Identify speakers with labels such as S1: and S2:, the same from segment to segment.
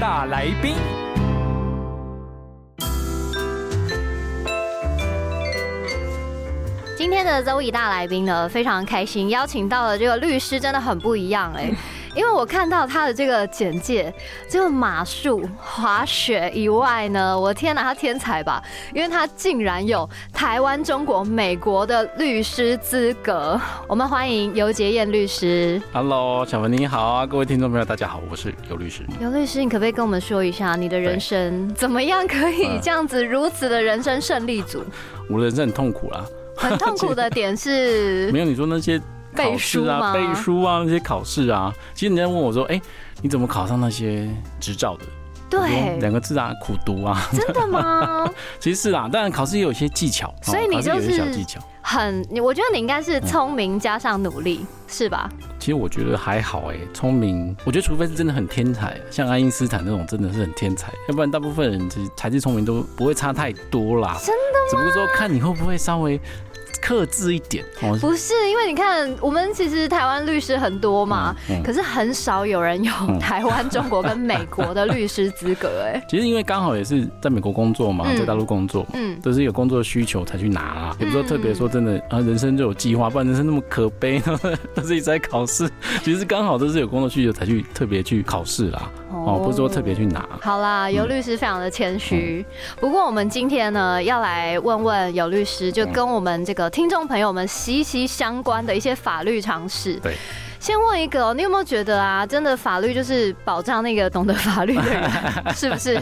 S1: 大来宾，
S2: 今天的 Zoe 大来宾呢，非常开心，邀请到了这个律师，真的很不一样哎、
S3: 嗯
S2: 因为我看到他的这个简介，这个马术、滑雪以外呢，我天哪，他天才吧！因为他竟然有台湾、中国、美国的律师资格。我们欢迎尤杰燕律师。
S3: Hello，小文你好啊，各位听众朋友，大家好，我是尤律师。
S2: 尤律师，你可不可以跟我们说一下你的人生怎么样可以
S3: 嗯
S2: 这样子如此的人生胜利 组？
S3: 我的人生很痛苦啦，啊
S2: 很痛苦的点是
S3: 没有你说那些
S2: 背
S3: 考试
S2: 书吗
S3: 啊、背书啊、那些考试啊，其实人家问我说，哎、你怎么考上那些执照的？我说
S2: 对，
S3: 两个字啊，苦读啊。
S2: 真的吗？
S3: 其实是啦，当然考试也有一些技巧，哦
S2: 所以你
S3: 考试有一些
S2: 就
S3: 小
S2: 是
S3: 技巧。
S2: 很，你我觉得你应该是聪明加上努力，是吧？
S3: 其实我觉得还好哎、聪明，我觉得除非是真的很天才，啊像爱因斯坦那种真的是很天才，要不然大部分人其实才智聪明都不会差太多啦。
S2: 真
S3: 的只不过说看你会不会稍微克制一点哦。
S2: 不是，因为你看，我们其实台湾律师很多嘛，
S3: 嗯嗯
S2: 可是很少有人有
S3: 嗯
S2: 台湾、中国跟美国的律师资格、哎，
S3: 其实因为刚好也是在美国工作嘛，
S2: 嗯
S3: 在大陆工作嘛，
S2: 嗯，
S3: 都是有工作需求才去拿啦，也不说
S2: 嗯
S3: 特别说真的啊，人生就有计划，不然人生那么可悲， 都是一直在考试。 其实刚好都是有工作需求才去特别去考试啦，哦，不是说特别去嗯拿。
S2: 好啦，尤律师非常的谦虚。不过我们今天呢，要来问问尤律师，就跟我们这个听众朋友们息息相关的一些法律常识。
S3: 对。
S2: 先问一个哦、你有没有觉得啊，真的法律就是保障那个懂得法律的 人，是不是？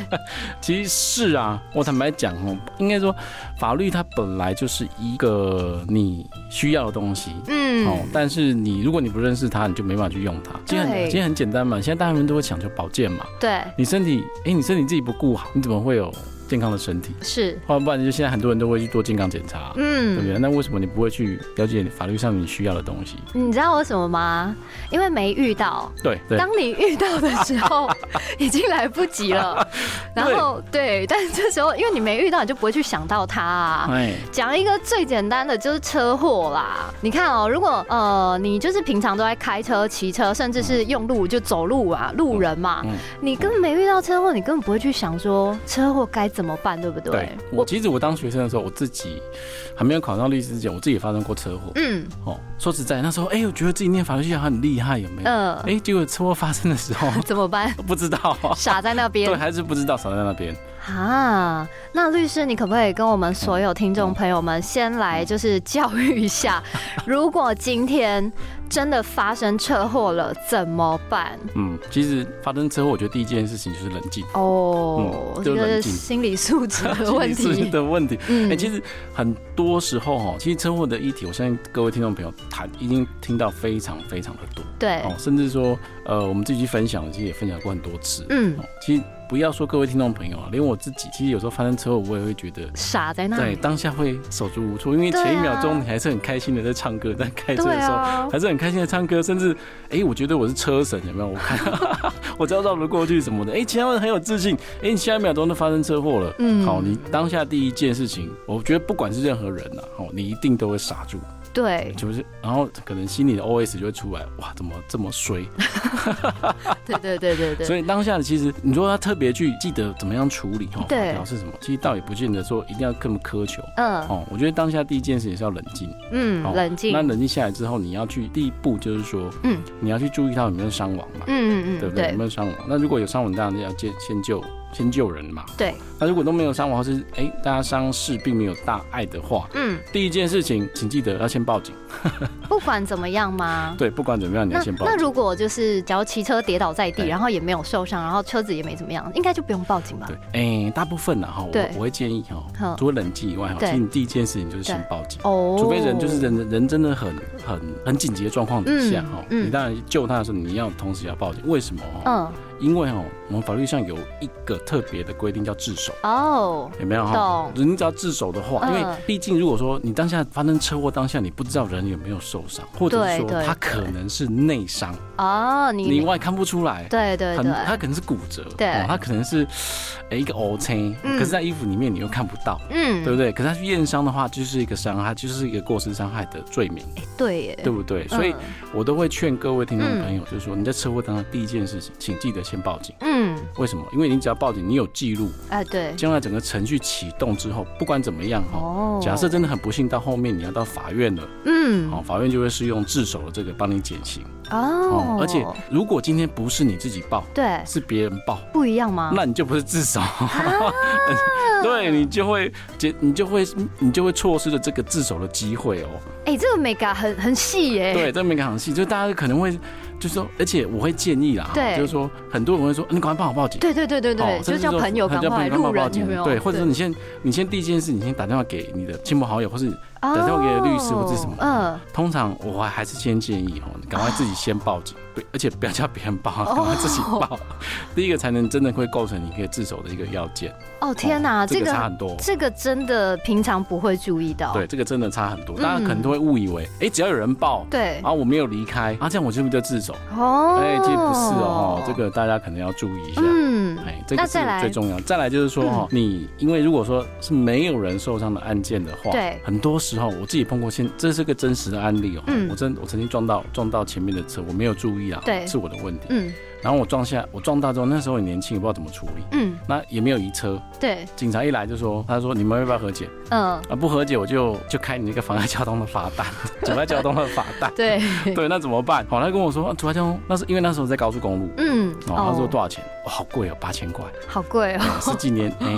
S3: 其实是啊，我坦白讲哦，应该说法律它本来就是一个你需要的东西。哦
S2: 嗯，，
S3: 但是你如果你不认识它，你就没办法去用它。其实很
S2: 对
S3: 其实很简单嘛，现在大部分人都会讲究保健嘛，
S2: 对，
S3: 你身体，哎、你身体自己不顾好，你怎么会有健康的身体？
S2: 是，
S3: 要不然就现在很多人都会去做健康检查、对不对？
S2: 嗯。
S3: 那为什么你不会去了解你法律上你需要的东西？
S2: 你知道为什么吗？因为没遇到。
S3: 对对，
S2: 当你遇到的时 候，已经来不及了。然后对，但是这时候因为你没遇到，你就不会去想到它啊。
S3: 哎，
S2: 讲一个最简单的，就是车祸啦。你看哦，如果呃你就是平常都在开车、骑车，甚至是用路就走路啊，路人嘛，
S3: 嗯
S2: 你根本没遇到车祸，你根本不会去想说车祸该怎么办，对不对？
S3: 对我其实我当学生的时候，我自己还没有考上律师之前，我自己也发生过车祸。
S2: 嗯
S3: 哦，说实在，那时候哎、我觉得自己念法律系好像很厉害，有没有？哎、
S2: 呃，
S3: 结果车祸发生的时候
S2: 怎么办？
S3: 不知道，
S2: 傻在那
S3: 对，
S2: 边
S3: 还是不知道少在那边。
S2: 啊！那律师，你可不可以跟我们所有听众朋友们先来就是教育一 下，如果今天真的发生车祸了怎么办？
S3: 嗯，其实发生车祸，我觉得第一件事情就是冷静。
S2: 哦，
S3: 嗯
S2: 这
S3: 就
S2: 个
S3: 冷
S2: 是
S3: 静
S2: 心理素质的问
S3: 心理素质
S2: 题。
S3: 的问题。哎、
S2: 嗯
S3: 其实很多时候哈，其实车祸的议题，我相信各位听众朋友谈已经听到非常非常的多
S2: 对，
S3: 哦，甚至说呃，我们自己去分享，其实也分享过很多次。
S2: 嗯
S3: 哦，，其实不要说各位听众朋友啊，连我自己，其实有时候发生车祸，我也会觉得。
S2: 傻在那
S3: 对，
S2: 里。
S3: 当下会手足无措，因为
S2: 对啊
S3: 前一秒钟你还是很开心的在唱歌，在开车
S2: 对
S3: 的时候、
S2: 啊，
S3: 还是很开心的唱歌，甚至哎、我觉得我是车神，有没有？我看 我知道绕得过去什么的，哎、其他人很有自信，哎、你下一秒钟就发生车祸了，
S2: 嗯
S3: 好，你当下第一件事情，我觉得不管是任何人呐、啊，哦，你一定都会傻住，
S2: 对，
S3: 就是，然后可能心里的 OS 就会出来，哇，怎么这么衰？
S2: 对对对对对，
S3: 所以当下其实你说他特别去记得怎么样处理，哦，
S2: 对
S3: 表示什么？其实倒也不见得说一定要这么苛求。
S2: 嗯
S3: 哦，我觉得当下第一件事也是要冷静，
S2: 嗯，
S3: 好
S2: 冷静，
S3: 那
S2: 嗯
S3: 冷静下来之后，你要去第一步就是说，
S2: 嗯，
S3: 你要去注意他有没有伤亡嘛，
S2: 嗯
S3: 对
S2: 嗯，
S3: 不对？有
S2: 对
S3: 没有伤亡？那如果有伤亡，当然要先先救先救人嘛。
S2: 对，
S3: 那如果都没有伤亡，或是哎、大家伤势并没有大碍的话，
S2: 嗯，
S3: 第一件事情，请记得要先报警。
S2: 不管怎么样吗？
S3: 对，不管怎么样，你要
S2: 那
S3: 先报
S2: 那
S3: 警。
S2: 如果就是假如骑车跌倒在地，
S3: 对
S2: 然后也没有受伤，然后车子也没怎么样，应该就不用报警吧
S3: 对？，哎、大部分呢哈，我
S2: 对
S3: 我会建议
S2: 好
S3: 哈，除了冷静以外哈，
S2: 对
S3: 其实你第一件事情就是先报警。
S2: 哦
S3: 除非人就是人人真的很很很紧急的状况底下
S2: 嗯
S3: 哈，
S2: 嗯
S3: 你当然救他的时候，你要同时也要报警。为什么？哈，
S2: 嗯
S3: 因为哈，我们法律上有一个特别的规定叫自首。
S2: 哦
S3: 有没有哈？
S2: 懂
S3: 你只要自首的话，
S2: 嗯
S3: 因为毕竟如果说你当下发生车祸当下，你不知道人有没有受伤，或者是
S2: 对对
S3: 说他可能是内伤，
S2: 哦，
S3: 你
S2: 你
S3: 外看不出来。
S2: 对对
S3: 很，
S2: 对，
S3: 他可能是骨折，
S2: 对
S3: 哦他可能是哎一个 O C，
S2: 嗯
S3: 可是在衣服里面你又看不到，
S2: 嗯
S3: 对不对？可是他去验伤的话，就是一个伤害，就是一个过失伤害的罪名，
S2: 对耶，
S3: 对不对？所以
S2: 嗯
S3: 我都会劝各位听众朋友，就是说你在车祸当中第一件事情，请记得先报警。
S2: 嗯
S3: 为什么？因为你只要报警，你有记录，
S2: 哎对
S3: 将来整个程序启动之后，不管怎么样哈。
S2: 哦
S3: 假设真的很不幸，到后面你要到法院了，
S2: 嗯
S3: 好，法院就会适用自首的这个帮你减刑
S2: 哦
S3: 哦。而且如果今天不是你自己报，
S2: 对
S3: 是别人报，
S2: 不一样吗？
S3: 那你就不是自首，
S2: 啊
S3: 对你就会结，你就会你就会错失了这个自首的机会哦。
S2: 哎这个美感很很细耶，
S3: 对，这没个好戏，就大家可能会就说，而且我会建议啦，
S2: 对
S3: 就是说很多人会说，啊你赶快帮我报警。
S2: 对对对对对，
S3: 哦
S2: 就
S3: 甚至
S2: 叫
S3: 说
S2: 朋友
S3: 叫
S2: 赶快
S3: 帮我
S2: 路
S3: 报
S2: 人有
S3: 警啊
S2: 没有？
S3: 对，或者说
S2: 对
S3: 你先你先第一件事，你先打电话给你的亲朋好友，或是
S2: 打
S3: 电话给律师或者什么
S2: 嗯，
S3: 通常我还还是先建议哦，你赶快自己先报 警，对，而且不要叫别人报，啊
S2: 哦
S3: 赶快自己报， 第一个才能真的会构成你可以自首的一个要件。
S2: 哦天哪，
S3: 哦这
S2: 这
S3: 个差
S2: 个
S3: 很多。
S2: 这个真的平常不会注意到，
S3: 对，这个真的差很多，大家
S2: 嗯
S3: 可能都会误以为，哎，只要有人报，
S2: 对
S3: 啊，我没有离开，啊，这样我是不是就自首？
S2: 哦，
S3: 哎，其实不是哦，这个大家可能要注意一下。
S2: 嗯
S3: 哎，这
S2: 那
S3: 个是
S2: 再来嗯
S3: 最重要。再来就是说哈，你因为如果说是没有人受伤的案件的话，
S2: 对
S3: 很多时候我自己碰过，现这是个真实的案例哦。
S2: 嗯
S3: 我真我曾经撞到撞到前面的车，我没有注意啊，
S2: 对
S3: 是我的问题。
S2: 嗯
S3: 然后我撞下，我撞到之后，那时候很年轻，也不知道怎么处理，
S2: 嗯
S3: 那也没有移车。
S2: 对
S3: 警察一来就说，他说你们要不要和解？
S2: 嗯
S3: 啊，不和解我就就开你那个妨碍交通的罚单， 阻碍交通的罚单。
S2: 对
S3: 对，那怎么办？好，他跟我说，啊阻碍交通，那是因为那时候在高速公路。
S2: 嗯
S3: 哦，他说多少钱？哇，好贵哦，八千块。
S2: 好贵哦，
S3: 十几年，哎、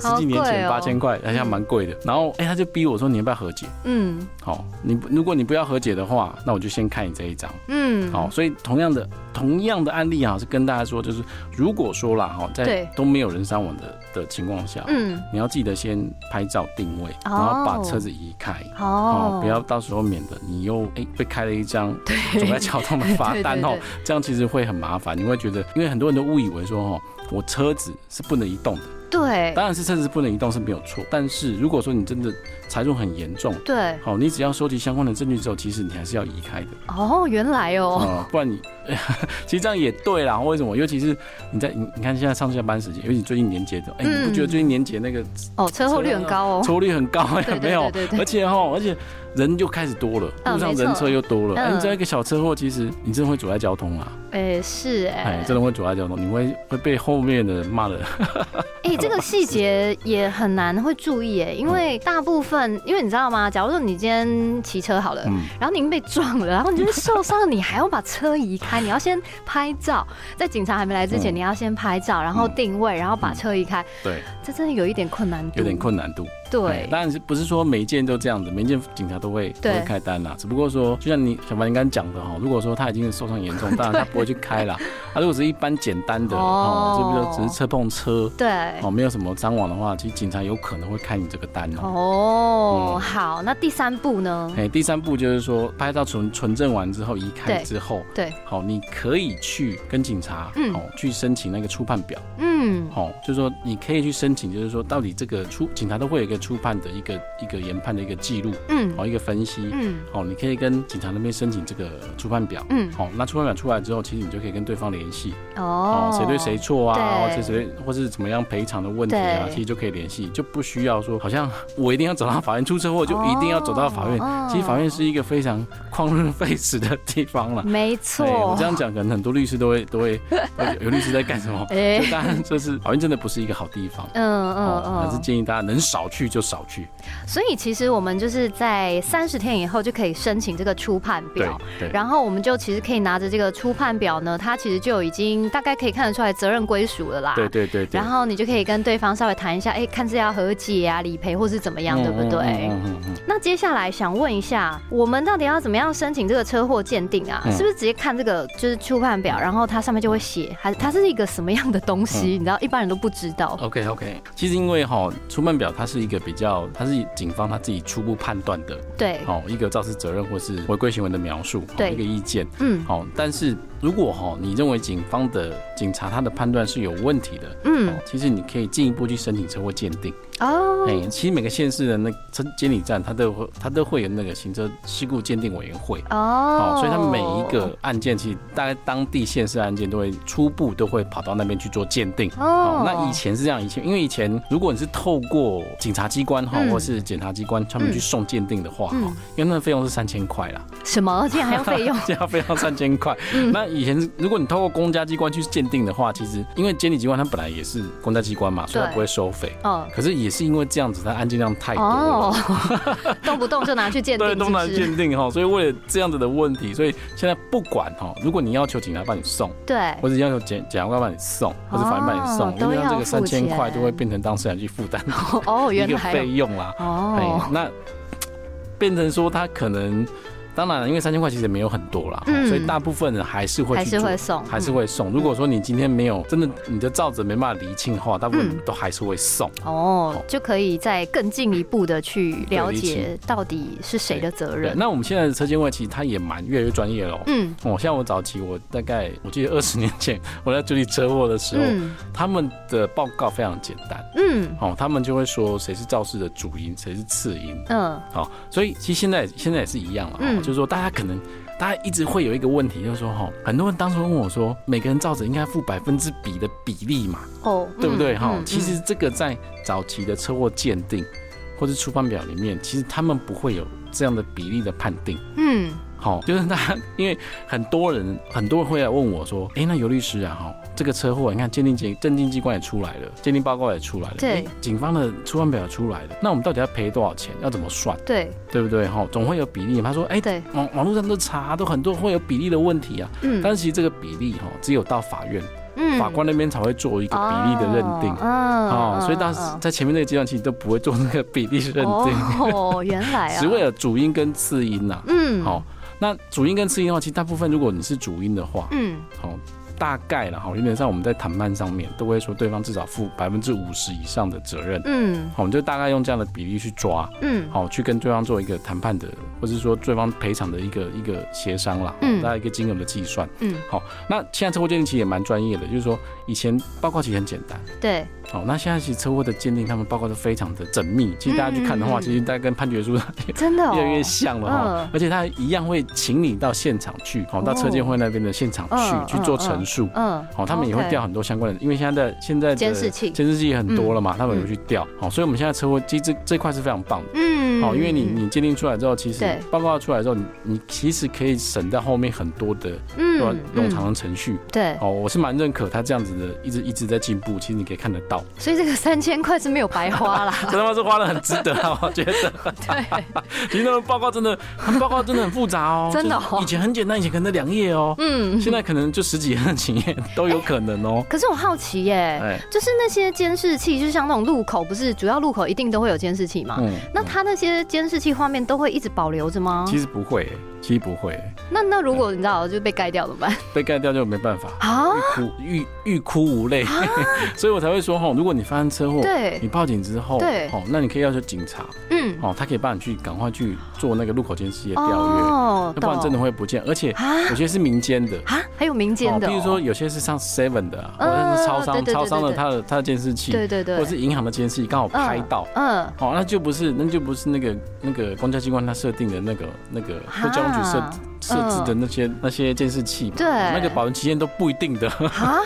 S3: 十
S2: 好
S3: 几年
S2: 贵
S3: 前
S2: 哦
S3: 八千块，好像蛮贵的。然后，哎、他就逼我说，你要不要和解？
S2: 嗯
S3: 好，你不如果你不要和解的话，那我就先看你这一张。
S2: 嗯
S3: 好，所以同样的同样的案例啊，是跟大家说，就是如果说啦，哈，在
S2: 对
S3: 都没有人伤亡的的情况下，
S2: 嗯
S3: 你要记得先拍照定位，然后把车子移开。
S2: 哦
S3: 哦，不要到时候免得你又哎、被开了一张阻碍交通的罚单
S2: 对对
S3: 哦
S2: 对，
S3: 这样其实会很麻烦。你会觉得，因为很多人都误以为说哦，我车子是不能移动的。
S2: 对
S3: 当然是车子不能移动是没有错，但是如果说你真的财路很严重，
S2: 对
S3: 好，你只要收集相关的证据之后，其实你还是要移开的，
S2: 哦原来哦
S3: 哦，不然你 其实这样也对啦。为什么？尤其是你在你你看现在上下班时间，尤其最近年节的，哎、你
S2: 嗯
S3: 不觉得最近年节那个
S2: 哦车祸率很高哦
S3: 抽率很高，
S2: 对
S3: 有没有？
S2: 对对对对
S3: 而且哈，而且人又开始多了，
S2: 嗯
S3: 路上
S2: 没错
S3: 人车又多了，哎
S2: 嗯
S3: 你只要一个小车祸，其实你真的会阻碍交通啊，
S2: 哎是哎
S3: 哎，真的会阻碍交通，你会会被后面的人骂的，
S2: 哎、这个细节也很难会注意
S3: 嗯
S2: 哎，因为大部分，因为你知道吗？假如说你今天骑车好了，
S3: 嗯，
S2: 然后您被撞了，然后你就是受伤了，你还要把车移开，你要先拍照，在警察还没来之前，
S3: 嗯
S2: 你要先拍照，然后
S3: 嗯
S2: 定位，然后把车移开，
S3: 对，
S2: 这真的有一点困难度，
S3: 有点困难度。哎
S2: 对，
S3: 当然是不是说每一件都这样子，每一件警察都会都
S2: 对
S3: 会开单啦。只不过说，就像你小凡你刚刚讲的哈，如果说他已经受伤严 重，当然他不会去开啦。 啊，如果是一般简单的
S2: 哦
S3: 哦，这不就只是车碰车
S2: 对，
S3: 哦，没有什么伤亡的话，其实警察有可能会开你这个单哦。
S2: 哦，
S3: 嗯
S2: 好，那第三步呢？
S3: 哎，第三步就是说，拍到存存证完之后，移开
S2: 对
S3: 之后，
S2: 对，
S3: 好，你可以去跟警察
S2: 嗯
S3: 哦去申请那个初判表。
S2: 嗯，
S3: 哦，就是说你可以去申请，就是说到底这个初警察都会有一个初判的一个一个研判的一个记录，
S2: 嗯
S3: 哦，一个分析，
S2: 嗯
S3: 哦，你可以跟警察那边申请这个初判表。
S2: 嗯，
S3: 好、那初判表出来之后，其实你就可以跟对方联系，
S2: 哦
S3: 哦，，谁对谁错啊，
S2: 对
S3: 或者谁或是怎么样赔偿的问题啊，
S2: 对
S3: 其实就可以联系，就不需要说好像 我一定要走到法院，出车祸就一定要走到法院。
S2: 哦
S3: 其实法院是一个非常 旷日费时的地方了。
S2: 没
S3: 哎我
S2: 错
S3: 这，样讲，可能很多律师都会都会，有律师在干什么？
S2: 哎
S3: 就当然就是好像真的不是一个好地方。
S2: 嗯
S3: 哦，还是
S2: 嗯
S3: 建议大家能少去就少去。
S2: 嗯，所以其实我们就是在三十天以后就可以申请这个初判
S3: 对
S2: 表，
S3: 对，
S2: 然后我们就其实可以拿着这个初判表呢，它其实就已经大概可以看得出来责任归属了啦。
S3: 对对对对
S2: 然。后你就可以跟对方稍微谈一下，哎，看是要和解啊、理赔或是怎么样，对不对？
S3: 嗯嗯嗯嗯
S2: 那接下来想问一下，我们到底要怎么样申请这个车祸鉴定啊？
S3: 嗯
S2: 是不是直接看这个就是初判表，然后它上面就会写，还它是一个什么样的东
S3: 嗯
S2: 西？你知道一般人都不知道。
S3: OK OK，其实因为哈、初判表它是一个比较，它是警方他自己初步判断的
S2: 对，
S3: 哦，一个肇事责任或是违规行为的描述，哦
S2: 对
S3: 一个意见。
S2: 嗯
S3: 好、但是如果哈、你认为警方的警察他的判断是有问题的，
S2: 嗯
S3: 哦，其实你可以进一步去申请车祸鉴定。
S2: 哦
S3: 哎、其实每个县市的那车监理站，它都会它都会有那个行车事故鉴定委员会。
S2: 哦
S3: 哦，所以他们每一个案件，其实大概当地县市案件都会初步都会跑到那边去做鉴定。
S2: 哦
S3: 哦，那以前是这样，以前因为以前如果你是透过警察机关哈、
S2: 嗯
S3: 或是检察机关他们去送鉴定的话哈、
S2: 嗯
S3: 因为那个费用是三千块啦，？
S2: 什么竟然还要费用 嗯
S3: 现在费用三千块。那以前如果你透过公家机关去鉴定的话，其实因为监理机关它本来也是公家机关嘛，所以它
S2: 对
S3: 不会收费。
S2: 哦
S3: 可是也是因为这样子，它案件量太多了。
S2: 哦，动不动就拿去鉴定，
S3: 对，
S2: 是
S3: 东
S2: 不
S3: 南
S2: 是？
S3: 鉴定哈，所以为了这样子的问题，所以现在不管哈，如果你要求警察帮你送，
S2: 对，
S3: 或者要求检检察官帮你送，或者法院帮你送，
S2: 哦都
S3: 因为
S2: 要
S3: 这个
S2: 付
S3: 三千
S2: 钱
S3: 块都会变成当事人去负担
S2: 哦，
S3: 一
S2: 原
S3: 个
S2: 来
S3: 费用啦。
S2: 哦
S3: 哎，，那嘖变成说他可能，当然了因为三千块其实也没有很多啦，
S2: 嗯
S3: 所以大部分人还是会
S2: 还
S3: 去
S2: 是
S3: 做
S2: 会送嗯
S3: 还是会送。如果说你今天没有真的你的照着没办法厘清的话，大部分
S2: 嗯
S3: 都还是会送。
S2: 哦，就可以再更进一步的去了
S3: 对
S2: 解
S3: 理
S2: 到底是谁的责
S3: 对，
S2: 任。
S3: 那我们现在的车间外其实它也蛮越来越专业了哦。
S2: 嗯
S3: 哦，像我早期，我大概我记得二十年前 我在处理车祸的时候，
S2: 嗯
S3: 他们的报告非常简单，
S2: 嗯
S3: 哦，他们就会说谁是肇事的主因，谁是次因，
S2: 嗯，
S3: 哦，所以其实现在现在也是一样了，哦
S2: 嗯
S3: 就是说大家可能。大家一直会有一个问题，就是说哈，很多人当初问我说，每个人照着应该负百分之比的比例嘛，
S2: 哦，
S3: 对不对
S2: 嗯
S3: 哈？
S2: 嗯
S3: 其实这个在早期的车祸鉴定或是初判表里面，其实他们不会有这样的比例的判定。
S2: 嗯
S3: 好、就是大家，因为很多人很多人会来问我说，哎、那尤律师啊，哈、这个车祸，你看鉴定机鉴定机关也出来了，鉴定报告也出来了，
S2: 对
S3: 诶警方的初判表也出来了，那我们到底要赔多少钱？要怎么算？
S2: 对
S3: 对不对？哈、总会有比例嘛。他说，哎、
S2: 对
S3: 网网络上都查，都很多会有比例的问题啊。
S2: 嗯
S3: 但是其实这个比例哈、只有到法院、
S2: 嗯
S3: 法官那边才会做一个比例的认定。
S2: 嗯
S3: 哦，所以当
S2: 当
S3: 时
S2: 时
S3: 在前面那个阶段，其实都不会做那个比例认定，
S2: 哦， 原来啊，
S3: 只为了主因跟次因啊呐、
S2: 嗯
S3: 好、那主因跟次因的话，其实大部分如果你是主因的话，
S2: 嗯
S3: 好、大概了哈，原则上我们在谈判上面都会说对方至少负百分之五十以上的责任，
S2: 嗯
S3: 好、我们就大概用这样的比例去抓，
S2: 嗯
S3: 好、去跟对方做一个谈判的，或者说对方赔偿的一个一个协商啦，
S2: 嗯
S3: 嗯，大概一个金额的计算。
S2: 嗯，
S3: 好、那现在车祸鉴定其实也蛮专业的，就是说以前报告其实很简单，
S2: 对，
S3: 好、那现在其实车祸的鉴定他们报告都非常的缜密，其实大家去看的
S2: 嗯嗯
S3: 话，
S2: 嗯
S3: 其实大概跟判决书
S2: 真的哦
S3: 越来越像了哈、
S2: 嗯
S3: 而且他一样会请你到现场去，哦，到车监会那边的现场去、
S2: 嗯
S3: 去做陈述。
S2: 嗯，
S3: 好、他们也会
S2: OK
S3: 调很多相关的，因为现在的现在的
S2: 监视器嗯
S3: 监视器很多了嘛，他们有去调。好、所以我们现在车祸机这这块是非常棒的。哦
S2: 嗯，
S3: 好、因为你你鉴定出来之后，其实
S2: 对
S3: 报告出来之后，你你其实可以省掉后面很多的
S2: 嗯
S3: 冗
S2: 嗯
S3: 冗长的程序。
S2: 对，
S3: 哦，我是蛮认可他这样子的，一直一直在进步。其实你可以看得 到，
S2: 所以这个三千块是没有白花啦，
S3: 这他妈是花的很值得啊！我觉得，
S2: 对，，
S3: 其实那个报告真的，他们报告真的很复杂哦
S2: 真的哦
S3: 就是以前很简单，以前可能两页哦，
S2: 嗯，
S3: 现在可能就十几页、几页都有可能 哦。
S2: 可是我好奇耶，
S3: 哎，
S2: 就是那些监视器，就是像那种路口，不是主要路口一定都会有监视器嘛？
S3: 嗯，
S2: 那它那些监视器画面都会一直保留着吗？
S3: 其实不会，其实不会，
S2: 那那如果你知道就被盖掉怎么办？
S3: 被盖掉就没办法，
S2: 啊，
S3: 哭欲欲哭无泪， 所以我才会说吼，如果你发生车祸，
S2: 对
S3: 你报警之后，
S2: 对
S3: 哦，那你可以要求警察，
S2: 嗯，
S3: 哦，他可以帮你去赶快去做那个路口监视器的调阅，
S2: 哦
S3: 要不然真的
S2: 会
S3: 会不见，而且
S2: 啊
S3: 有些是民间的。
S2: 啊，还有民间的、哦
S3: 哦比如说，有些是上 Seven 的啊，或
S2: 嗯
S3: 者是超
S2: 对
S3: 商
S2: 对对
S3: 超商
S2: 对
S3: 的
S2: 对
S3: 它的它的监视器，
S2: 对对对，
S3: 或者是银行的监视器刚好拍到，
S2: 嗯，
S3: 哦，那就不是，那就不是那个那个公家机关它设定的那个那个
S2: 啊嗯
S3: 或交通局设设置的那些、那些监视器嘛，
S2: 对
S3: 那个保存期限都不一定的，
S2: 啊，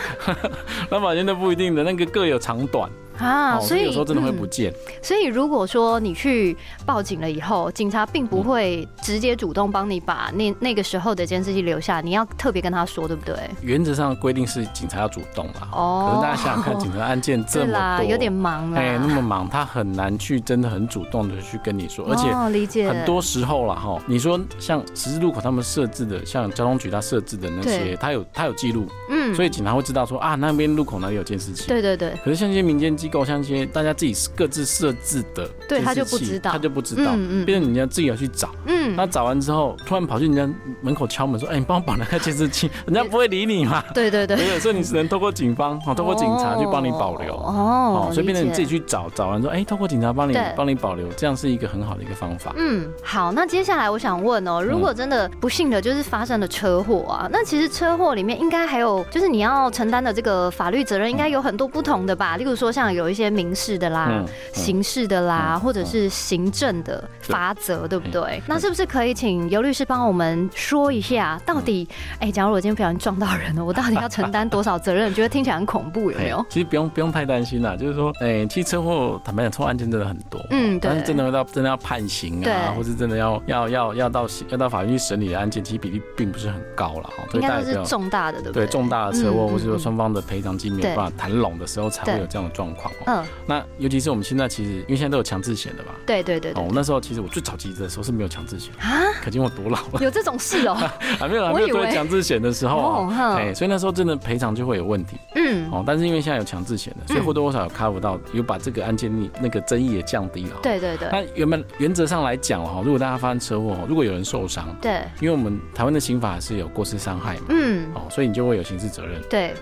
S3: 那保存期限都不一定的，那个各有长短，
S2: 啊，
S3: 哦
S2: 所以
S3: 有时候真的会
S2: 嗯
S3: 不见。
S2: 所以如果说你去报警了以后，警察并
S3: 嗯
S2: 不会直接主动帮你把那那个时候的监视器留下，你要特别跟他说，对不对？
S3: 原则上规定是警察要主动啦。
S2: 哦
S3: 可是大家想想看，警察案件这
S2: 对
S3: 么
S2: 啦，
S3: 多，
S2: 有点忙啊啦。
S3: 哎、那么忙，他很难去真的很主动的去跟你说，而且
S2: 哦、理解
S3: 很多时候啦，哈，你说像十字路口他们设置的，像交通局他设置的那
S2: 对
S3: 些，他有他有记录，
S2: 嗯
S3: 所
S2: 以
S3: 以警察会知道说啊那边路口哪里有监视器。
S2: 对对对
S3: 可是像一些民间机构，像一些大家自己各自设置的监视器，
S2: 对他就不知道
S3: 他就不知道，
S2: 嗯嗯
S3: 变成人家自己要去找。
S2: 嗯
S3: 他。找完之后，突然跑去人家门口敲门说：“哎、你帮我把那个监视器。” 人家不会理你嘛。
S2: 对对 对，
S3: 没有，所以你只能透过 警方，哦，透过警察去帮你保留。
S2: 哦
S3: 哦，，所以变成你自己
S2: 理解。
S3: 去找，找完之后，哎、透过警察帮你
S2: 对
S3: 帮你保留，这样是一个很好的一个方法。
S2: 嗯，好，那接下来我想问
S3: 嗯
S2: 哦，如果真的不幸的就是发生了车祸啊，那其实车祸里面应该还有就是你要承担的这个法律责任，应该有很多不同的吧？例如说像有一些民事的啦，
S3: 嗯，嗯
S2: 刑事的啦，
S3: 嗯
S2: 或者是行政的罚则，对不对？那是不是可以请尤律师帮我们说一下，到底，
S3: 嗯
S2: 哎、假如我今天不小心撞到人了，我到底要承担多少责任？觉得听起来很恐怖，有没有
S3: 哎？其实不用不用太担心啦，就是说，哎、其实车祸坦白讲，车祸案件真的很多，
S2: 嗯对
S3: 但是真的要真的要判刑啊，
S2: 对
S3: 或是真的要要要要到刑要到法院去审理的案件，其实比例并不是很高啦。哦所
S2: 应
S3: 以大
S2: 该都
S3: 家也不
S2: 是
S3: 要
S2: 重大的，对不对？
S3: 对重大的车祸，
S2: 嗯嗯
S3: 或是说
S2: 嗯
S3: 双方的赔偿金没
S2: 对
S3: 有办法谈拢的时候，才
S2: 对
S3: 会有这样的状况哦。
S2: 嗯，
S3: 那尤其是我们现在其实因为现在都有强制险的吧。
S2: 对对对
S3: 哦，
S2: 对。
S3: 我那时候其实我最早期的时候是没有强制险，
S2: 啊，
S3: 可见我多老了，
S2: 有这种事哦、
S3: 还没有还
S2: 我
S3: 没
S2: 以
S3: 有做
S2: 为
S3: 强制险的时候
S2: 哦
S3: 啊，
S2: 哼
S3: 哎，所以那时候真的赔偿就会有问题
S2: 嗯，
S3: 哦。但是因为现在有强制险的，所以
S2: 嗯
S3: 或多或少有 cover 到，有把这个案件力那个争议也降低了。。
S2: 对对对
S3: 那原本原则上来讲哦，如果大家发生车祸哦，如果有人受伤，
S2: 对，
S3: 因为我们台湾的刑法是有过失伤害嘛，
S2: 嗯，
S3: 哦，所以你就会有刑事责任。
S2: 对，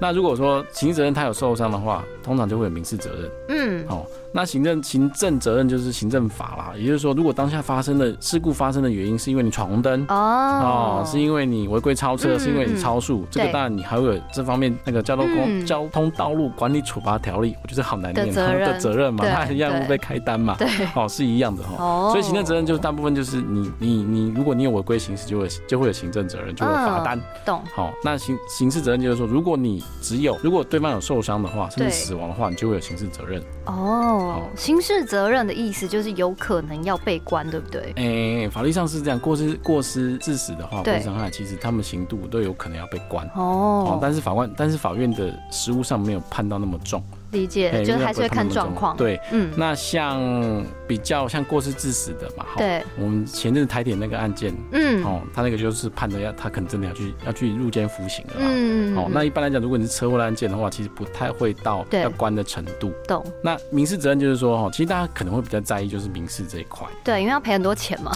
S3: 那如果说刑事责任他有受伤的话，通常就会有民事责任。
S2: 嗯，
S3: 哦，那行政行政责任就是行政法啦，也就是说，如果当下发生的事故发生的原因是因为你闯红灯。
S2: 哦
S3: 哦，是因为你违规超车，
S2: 嗯
S3: 是因为你超速，这
S2: 对
S3: 个当然你还会有这方面那个交通公
S2: 嗯
S3: 交通道路管理处罚条例，我觉得好难
S2: 的
S3: 念
S2: 责
S3: 它
S2: 任
S3: 的责任嘛，
S2: 对
S3: 它一样会被开单嘛，
S2: 对，
S3: 哦，是一样的哈。
S2: 哦
S3: 所以行政责任就是大部分就是你你你，如果你有违规行驶，就会就会有行政责任，就会有罚单。
S2: 懂，
S3: 好、那刑刑事责任就是说，如果你只有如果对方有受伤的话，甚
S2: 对
S3: 至死亡的话，你就会有刑事责任。
S2: 哦，刑事责任的意思就是有可能要被关，对不对？
S3: 诶、法律上是这样，过失过失致死的话，过
S2: 对
S3: 失伤害，其实他们刑度都有可能要被关。哦
S2: 哦，，
S3: 但是法官，但是法院的实务上没有判到那么重，
S2: 理解，
S3: 诶
S2: 就是
S3: 哎因为
S2: 还是会
S3: 他
S2: 看
S3: 不那么
S2: 状
S3: 重
S2: 况。，
S3: 对，
S2: 嗯，
S3: 那像比较像过失致死的嘛，哈，
S2: 对，
S3: 我们前阵子台铁那个案件，
S2: 嗯，
S3: 哦，他那个就是判的要，他可能真的要去要去入监服刑了啦。
S2: 嗯，
S3: 哦，那一般来讲，如果你是车祸的案件的话，其实不太会到
S2: 对
S3: 要关的程度。
S2: 懂，
S3: 那民事责任就是说，哈，其实大家可能会比较在意就是民事这一 块。
S2: 对，因为要赔很多钱 嘛。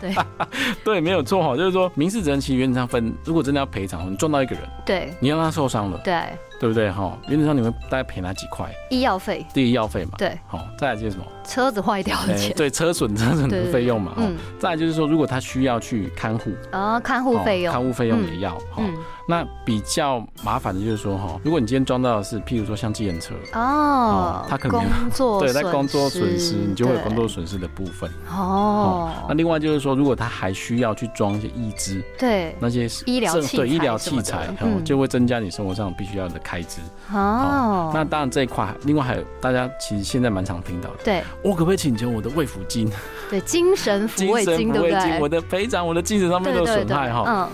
S2: 对
S3: 对，没有错哈，就是说民事责任其实原则上分，如果真的要赔偿，你撞到一个人，
S2: 对
S3: 你让他受伤了，
S2: 对，
S3: 对不对哈？原则上你会大概赔他几块？
S2: 医药费，
S3: 第一药费嘛，
S2: 对，
S3: 好，再来就是什么？
S2: 车子坏掉的
S3: 哎
S2: 钱，
S3: 对，车损 车损
S2: 对
S3: 的
S2: 对
S3: 费用嘛，哈
S2: 嗯，，
S3: 再来就是说，如果他需要去看护，
S2: 啊，看护
S3: 哦
S2: 费用，
S3: 看护费用也要哈。
S2: 嗯，
S3: 那比较麻烦的就是说哈，如果你今天撞到的是，譬如说像计程车。
S2: 哦
S3: 哦，他可能没有
S2: 工作
S3: 对，在工作损失，你就会有
S2: 对
S3: 工作损失的部分。那
S2: 哦，
S3: 另外就是说，如果他还需要去装一些义肢，
S2: 对，
S3: 那些
S2: 医疗
S3: 政
S2: 器
S3: 对医
S2: 材
S3: 疗
S2: 什么
S3: 器
S2: 的
S3: 材，
S2: 嗯
S3: 哦，就会增加你生活上必须要的开支。
S2: 哦，
S3: 那当然这一块，另外还有大家其实现在蛮常听到的，
S2: 对
S3: 我可不可以请求我的慰抚 金、
S2: 对，精神抚慰金，对不
S3: 我
S2: 对？
S3: 的赔偿、我的精神上面
S2: 对
S3: 的
S2: 对
S3: 损
S2: 对，
S3: 害哈？
S2: 嗯，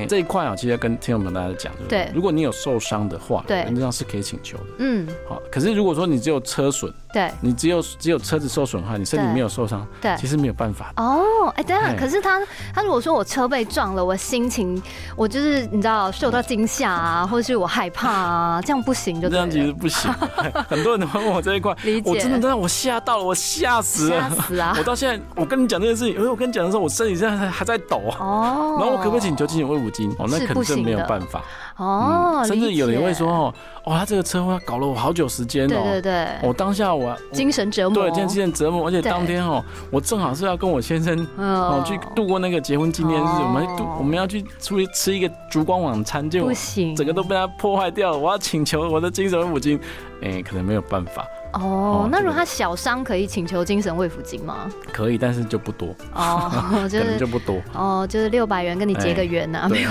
S3: 哎，这一块啊，其实要跟听众朋友大家讲，就是
S2: 对
S3: 如果你有受伤的话，
S2: 对
S3: 原则上是可以请求的。
S2: 嗯，
S3: 好，可是如果说你只有车损，
S2: 对
S3: 你只有只有车子受损害，你身体
S2: 对
S3: 没有受伤，
S2: 对。
S3: 其实没有办法。
S2: 哦，哎，等一下，
S3: 哎
S2: 可是他他如果说我车被撞了，我心情我就是你知道受到惊吓 啊，或者是我害怕啊，这样不行就
S3: 这
S2: 对
S3: 样其
S2: 了
S3: 实不行， 很多人都会问我这一块，
S2: 理解
S3: 我真的真的我吓到了，我吓死
S2: 吓
S3: 了。
S2: 死啊！
S3: 我到现在，我跟你讲这件事情，因为我跟你讲的时候，我身体现在还还在抖啊。
S2: 哦，
S3: 然后我可不可以请求？进行慰抚金？哦，那
S2: 是
S3: 肯
S2: 不
S3: 定
S2: 行
S3: 没有
S2: 的
S3: 办法。
S2: 哦，
S3: 嗯甚至
S2: 理
S3: 有人
S2: 解
S3: 会说，哦，哦，他这个车祸搞了我好久时间
S2: 对对
S3: 哦。
S2: 对，
S3: 我当下我我
S2: 精神折磨，
S3: 对，今天精神折磨，而且
S2: 对
S3: 当天哦，我正好是要跟我先生
S2: 嗯
S3: 哦去度过那个结婚纪念日，
S2: 哦
S3: 我们度我们要去出去吃一个烛光晚餐，结
S2: 不
S3: 果
S2: 行，
S3: 整个都被他破坏掉了。我要请求我的精神慰抚金，哎，可能没有办法，
S2: 哦
S3: 哦。
S2: 那
S3: 这
S2: 如果
S3: 个
S2: 他小伤，可以请求精神慰抚金吗？
S3: 可以，但是就不多，
S2: 哦，就
S3: 可能
S2: 是
S3: 就不多。哎
S2: 啊 哦，就是六百元跟你结个缘呐、没有，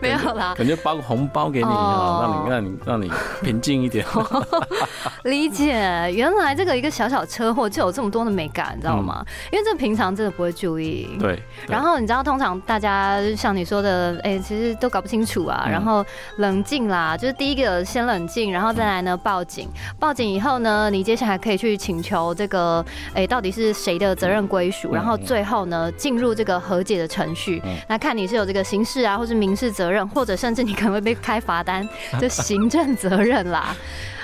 S2: 没有啦，
S3: 感觉包个红包给你啊，
S2: 哦
S3: 让你让你让你平静一点。
S2: 理解，原来这个一个小小车祸就有这么多的美感，你知道吗？因为这平常真的不会注意。
S3: 对，
S2: 然后你知道，通常大家像你说的，哎、其实都搞不清楚啊。
S3: 嗯
S2: 然后冷静啦，就是第一个先冷静，然后再来呢报警。报警以后呢，你接下来可以去请求这个，哎、到底是谁的责任归属？
S3: 嗯
S2: 然后最后呢，进入这个和解的程序。
S3: 嗯
S2: 那看你是有这个刑事啊，或是民事责任，或者甚至你可能会被开罚 单，就行政责任啦。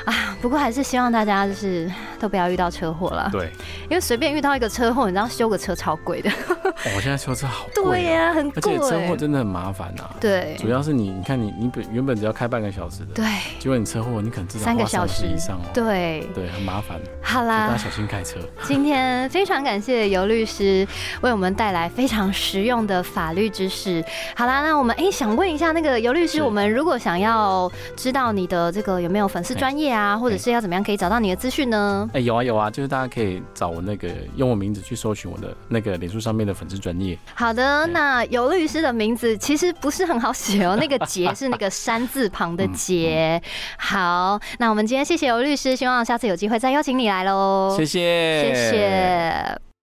S2: 啊，不过还是希望大家就是都不要遇到车祸啦，
S3: 对，
S2: 因为随便遇到一个车祸，你知道修个车超贵的。
S3: 哦我现在修车好贵哦，
S2: 对呀、啊很
S3: 而且车祸
S2: 贵。
S3: 真的很麻烦啊。
S2: 欸对
S3: 主要是你，你看你你本原本只要开半个小时的，
S2: 对
S3: 结果你车祸，你可能至少
S2: 三个
S3: 花
S2: 小
S3: 30
S2: 时
S3: 以上哦。
S2: 对，
S3: 对，很麻烦，啊
S2: 好
S3: 大家
S2: 啦，
S3: 小心开车。
S2: 今天非常感谢尤律师为我们带来非常实用的法律知识。好啦，那我们哎、想问一下那个尤律师，
S3: 是
S2: 我们如果想要知道你的这个有没有粉丝专业啊，或者是要怎么样可以找到你的资讯呢？
S3: 哎、有啊有啊，就是大家可以找我那个用我名字去搜寻我的那个脸书上面的粉丝专业，
S2: 好
S3: 哎
S2: 的，那尤律师的名字其实不是很好写 哦，那个“杰”是那个山字旁
S3: 嗯
S2: 的“杰”。好，哦那我们今天谢谢尤律师，希望下次有机会再邀请你来喽。
S3: 谢
S2: 谢
S3: 谢，
S2: 谢。